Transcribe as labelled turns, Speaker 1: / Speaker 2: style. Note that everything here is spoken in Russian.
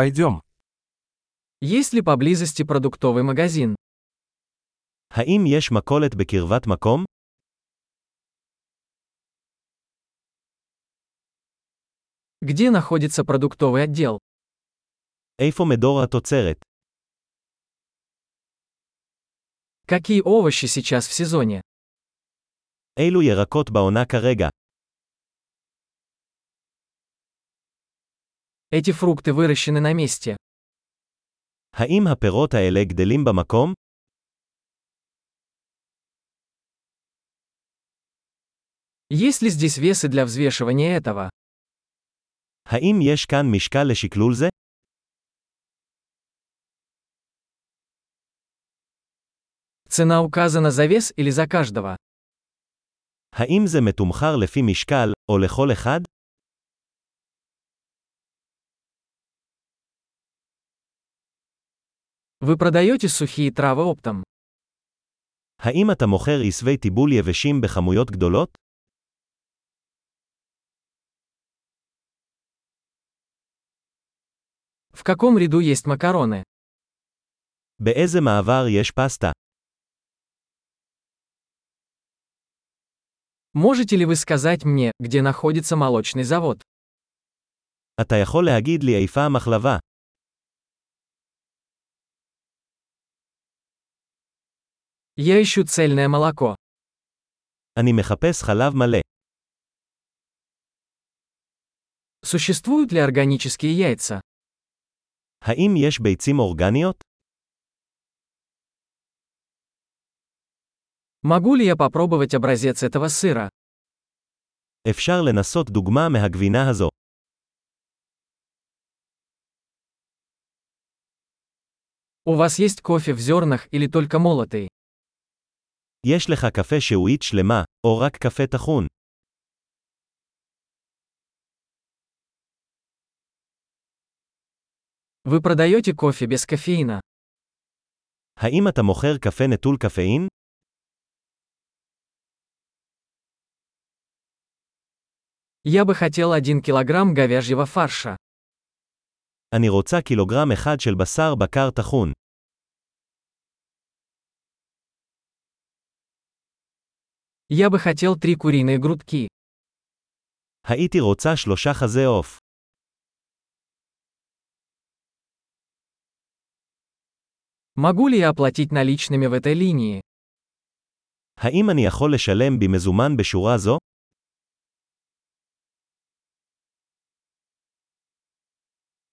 Speaker 1: Пойдем.
Speaker 2: Есть ли поблизости продуктовый магазин?
Speaker 3: האם יש מכולת בקרבת מקום?
Speaker 2: Где находится продуктовый отдел?
Speaker 3: איפה מדור התוצרת?
Speaker 2: Какие овощи сейчас в сезоне?
Speaker 3: אילו ירקות בעונה כרגע?
Speaker 2: Эти фрукты выращены на месте.
Speaker 3: האם הפירות האלה גדלים במקום?
Speaker 2: Есть ли здесь весы для взвешивания этого?
Speaker 3: האם יש כאן משקל לשקלול זה?
Speaker 2: Цена указана за вес или за каждого?
Speaker 3: האם זה מתומחר לפי משקל, או לכל אחד?
Speaker 2: Вы продаете сухие травы оптом?
Speaker 3: האם אתה מוכר עשבי טיבול יבשים בכמויות גדולות?
Speaker 2: В каком ряду есть макароны?
Speaker 3: באיזה מעבר יש פסטה?
Speaker 2: Можете ли вы сказать мне, где находится молочный завод?
Speaker 3: אתה יכול להגיד לי איפה המחלבה?
Speaker 2: Я ищу цельное молоко.
Speaker 3: אני מחפש חלב מלא.
Speaker 2: Существуют ли органические яйца?
Speaker 3: האם יש ביצים אורגניות?
Speaker 2: Могу ли я попробовать образец этого сыра?
Speaker 3: אפשר לנסות דוגמה מהגבינה הזו.
Speaker 2: У вас есть кофе в зернах или только молотый?
Speaker 3: יש לך קפה שהועית שלמה, או רק קפה טחון.
Speaker 2: Вы продаете кофе без кофеина?
Speaker 3: האם אתה מוכר קפה נטול קפאין?
Speaker 2: Я бы хотел 1 килограмм говяжьего фарша.
Speaker 3: אני רוצה קילוגרם אחד של בשר בקר טחון.
Speaker 2: Я бы хотел 3 куриные грудки.
Speaker 3: הייתי רוצה שלושה חזה עוף.
Speaker 2: Могу ли я оплатить наличными в этой линии?
Speaker 3: האם אני יכול לשלם במזומן בשורה זו?